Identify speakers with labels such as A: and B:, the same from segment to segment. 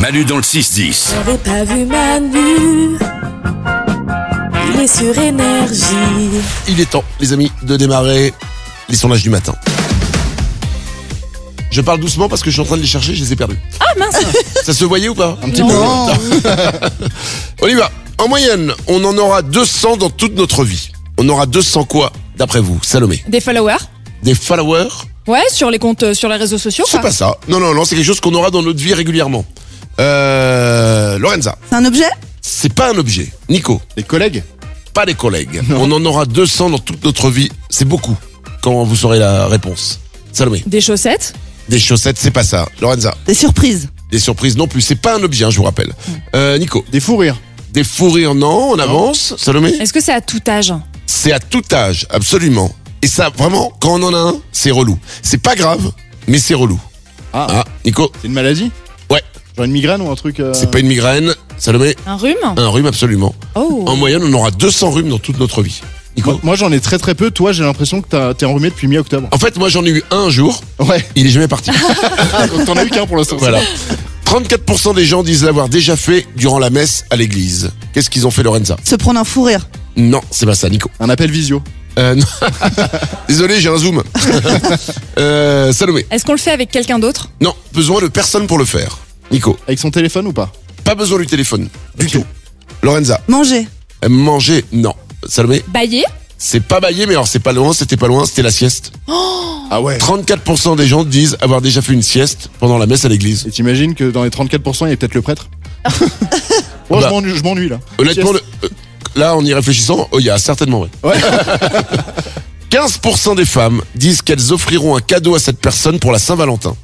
A: Manu dans le 6-10.
B: J'avais pas vu Manu. Il est sur énergie.
C: Il est temps, les amis, de démarrer les sondages du matin. Je parle doucement parce que je suis en train de les chercher, je les ai perdus.
D: Ah mince
C: Ça se voyait ou pas
E: Un petit
D: Non.
C: On y va. En moyenne, on en aura 200 dans toute notre vie. On aura 200 quoi, d'après vous, Salomé
D: Des followers
C: Des followers
D: Ouais, sur les comptes, euh, sur les réseaux sociaux
C: C'est
D: quoi.
C: pas ça. Non, non, non, c'est quelque chose qu'on aura dans notre vie régulièrement. Euh, Lorenza,
F: C'est un objet
C: c'est pas un objet. Nico,
E: peu. Les collègues
C: pas des collègues. On en aura 200 dans toute notre vie. C'est beaucoup quand vous saurez la réponse. Salomé,
D: Des chaussettes
C: des chaussettes, c'est pas ça. Lorenza,
F: Des surprises
C: des surprises non plus. C'est pas un objet, hein, je vous rappelle. Euh, Nico,
E: Hmm. Des fous rires
C: des fourrures, non, on avance. Salomé
D: Est-ce que c'est à tout âge
C: C'est à tout âge, absolument. Et ça, vraiment, quand on en a un, c'est relou. C'est pas grave, mais c'est relou.
E: Ah,
C: Ah, Nico,
E: c'est une maladie
C: Ouais.
E: Genre une migraine ou un truc euh, Ah.
C: c'est pas une migraine. Salomé,
D: Un rhume
C: un rhume, absolument.
D: Oh
C: En moyenne, on aura 200 rhumes dans toute notre vie. Nico
E: Moi, moi, j'en ai très très peu, toi j'ai l'impression que t'as- t'es enrhumé depuis mi-octobre.
C: En fait, moi, j'en ai eu un jour.
E: Ouais,
C: Il est jamais parti.
E: Ah, donc t'en as eu qu'un pour l'instant.
C: voilà. 34% des gens disent l'avoir déjà fait durant la messe à l'église. Qu'est-ce qu'ils ont fait, Lorenza
F: Se prendre un fou rire
C: Non, c'est pas ça, Nico.
E: Un appel visio.
C: Euh, non. Désolé, j'ai un zoom. Euh, Salomé.
D: Est-ce qu'on le fait avec quelqu'un d'autre
C: Non, besoin de personne pour le faire. Nico.
E: Avec son téléphone ou pas
C: Pas besoin du téléphone. Du tout. Lorenza.
F: Manger
C: Euh, Manger, non. Salomé,
D: Bailler
C: c'est pas baillé, mais alors c'est pas loin, c'était pas loin, c'était la sieste.
E: Ah ouais.
C: 34% des gens disent avoir déjà fait une sieste pendant la messe à l'église.
E: Et t'imagines que dans les 34%, il y a peut-être le prêtre Oh,
C: Bah.
E: je m'ennuie- je m'ennuie là.
C: Honnêtement, le- euh, là, en y réfléchissant, oh, il y a certainement vrai.
E: Ouais.
C: 15% des femmes disent qu'elles offriront un cadeau à cette personne pour la Saint-Valentin.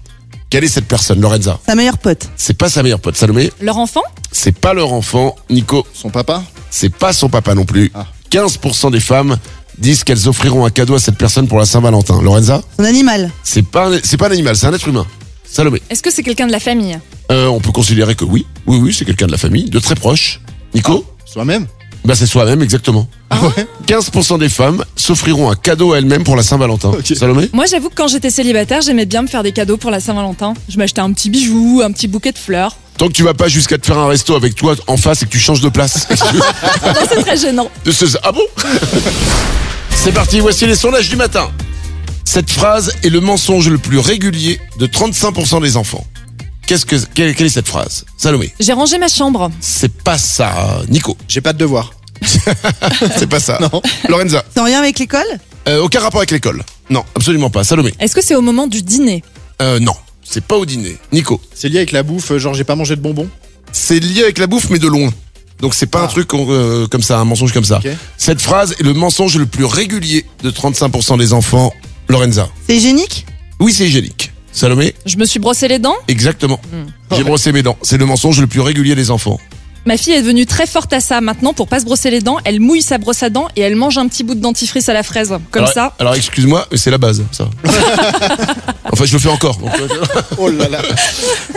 C: Quelle est cette personne, Lorenza
F: Sa meilleure pote
C: C'est pas sa meilleure pote. Salomé,
D: Leur enfant
C: c'est pas leur enfant. Nico,
E: Son papa
C: c'est pas son papa non plus.
E: Ah.
C: 15% des femmes disent qu'elles offriront un cadeau à cette personne pour la Saint-Valentin. Lorenza,
F: Son animal
C: c'est pas, un- c'est pas un animal, c'est un être humain. Salomé,
D: Est-ce que c'est quelqu'un de la famille
C: euh, on peut considérer que oui, oui, oui, c'est quelqu'un de la famille, de très proche. Nico,
E: Soi-même
C: bah c'est soi-même exactement.
E: Ah ouais
C: 15% des femmes s'offriront un cadeau à elles-mêmes pour la Saint-Valentin.
E: Ok.
C: Salomé
D: Moi, j'avoue que quand j'étais célibataire, j'aimais bien me faire des cadeaux pour la Saint-Valentin. Je m'achetais un petit bijou, un petit bouquet de fleurs.
C: Tant que tu vas pas jusqu'à te faire un resto avec toi en face et que tu changes de place.
D: Ah non, c'est très gênant.
C: De ce- Ah bon C'est parti, voici les sondages du matin. Cette phrase est le mensonge le plus régulier de 35% des enfants. Qu'est-ce que quelle, quelle est cette phrase Salomé,
D: J'ai rangé ma chambre.
C: c'est pas ça. Nico,
E: J'ai pas de devoir.
C: c'est pas
E: Ah.
C: ça. Lorenza,
F: C'est en lien avec l'école
C: euh, aucun rapport avec l'école. Non, absolument pas. Salomé,
D: Est-ce que c'est au moment du dîner
C: euh, non, c'est pas au dîner. Nico,
E: C'est lié avec la bouffe, euh, genre j'ai pas mangé de bonbons
C: c'est lié avec la bouffe mais de loin. Donc c'est pas un truc euh, comme ça, un mensonge comme ça.
E: Ok.
C: Cette phrase est le mensonge le plus régulier de 35% des enfants. Lorenza,
F: C'est hygiénique
C: oui c'est hygiénique. Salomé,
D: Je me suis brossé les dents Mm.
C: Exactement. J'ai brossé mes dents. C'est le mensonge le plus régulier des enfants.
D: Ma fille est devenue très forte à ça. Maintenant, pour pas se brosser les dents, elle mouille sa brosse à dents et elle mange un petit bout de dentifrice à la fraise. Comme
C: alors,
D: ça.
C: Alors excuse-moi, mais c'est la base, ça. enfin, je le fais encore. donc, euh,
E: Oh là là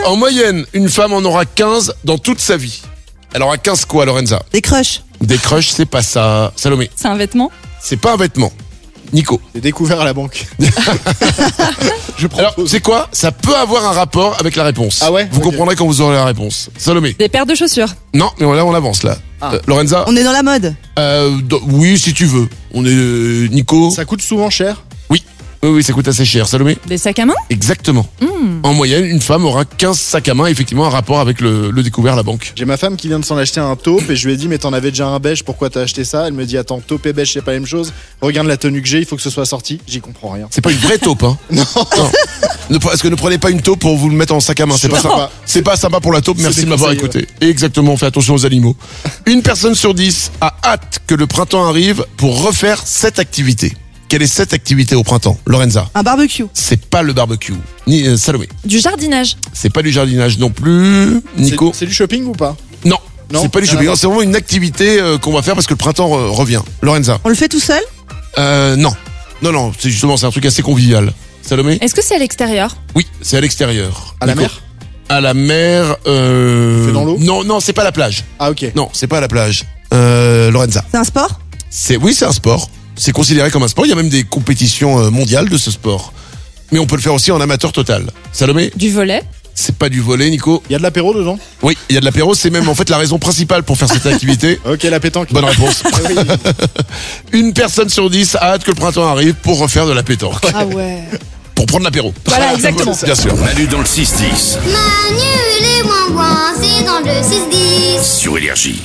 C: en moyenne, une femme en aura 15 dans toute sa vie. Elle aura 15 quoi, Lorenza
F: Des crushs
C: Des crushs, c'est pas ça. Salomé,
D: C'est un vêtement
C: c'est pas un vêtement. Nico.
E: J'ai découvert à la banque. je prends
C: Alors,
E: pause.
C: c'est quoi Ça peut avoir un rapport avec la réponse.
E: Ah ouais
C: Vous
E: Ok.
C: comprendrez quand vous aurez la réponse. Salomé.
D: Des paires de chaussures.
C: Non, mais là, on avance, là.
E: Ah.
C: Euh, Lorenza
F: On est dans la mode
C: Euh, do- Oui, si tu veux. On est... euh, Nico
E: Ça coûte souvent cher
C: Oui. Oui, oui, ça coûte assez cher. Salomé
D: Des sacs à main
C: Exactement. En moyenne, une femme aura 15 sacs à main, effectivement, un rapport avec le, le découvert, la banque.
E: J'ai ma femme qui vient de s'en acheter un taupe et je lui ai dit mais t'en avais déjà un beige, pourquoi t'as acheté ça Elle me dit attends, taupe et beige c'est pas la même chose, regarde la tenue que j'ai, il faut que ce soit sorti, j'y comprends rien.
C: C'est pas une vraie taupe, hein Non. Ne pre- Parce que ne prenez pas une taupe pour vous le mettre en sac à main, c'est pas
E: Non.
C: sympa. C'est pas sympa pour la taupe,
E: C'est
C: merci de m'avoir
E: déconseillé,
C: écouté. Exactement, on fait attention aux animaux. Une personne sur 10 a hâte que le printemps arrive pour refaire cette activité. Quelle est cette activité au printemps Lorenza
F: Un barbecue
C: C'est pas le barbecue. Ni euh, Salomé.
D: Du jardinage.
C: C'est pas du jardinage non plus. Nico
E: C'est c'est du shopping ou pas
C: Non.
E: Non,
C: C'est pas du
E: rien à
C: shopping.
E: voir.
C: C'est vraiment une activité euh, qu'on va faire parce que le printemps euh, revient. Lorenza
F: On le fait tout seul
C: Euh, non. Non, non, c'est justement, c'est un truc assez convivial. Salomé
D: Est-ce que c'est à l'extérieur
C: Oui, c'est à l'extérieur.
E: Eh. À la
C: Nico
E: mer
C: À la mer, euh...
E: C'est dans l'eau
C: Non, non, c'est pas à la plage.
E: Ah ok.
C: Non, c'est pas à la plage. Euh, Lorenza.
F: C'est un sport
C: C'est, oui, c'est un sport. C'est considéré comme un sport. Il y a même des compétitions euh, mondiales de ce sport. Mais on peut le faire aussi en amateur total. Salomé
D: Du volet
C: C'est pas du volet, Nico.
E: Il y a de l'apéro dedans
C: Oui, il y a de l'apéro. C'est même en fait la raison principale pour faire cette activité.
E: Ok, la pétanque.
C: Bonne réponse.
E: Ah oui.
C: Une personne sur dix a hâte que le printemps arrive pour refaire de la pétanque.
D: Ah ouais.
C: Pour prendre l'apéro.
D: Voilà, exactement.
C: Bien sûr.
A: Manu dans le 6-10
G: Manu, les moins c'est dans le 6-10.
A: sur Énergie.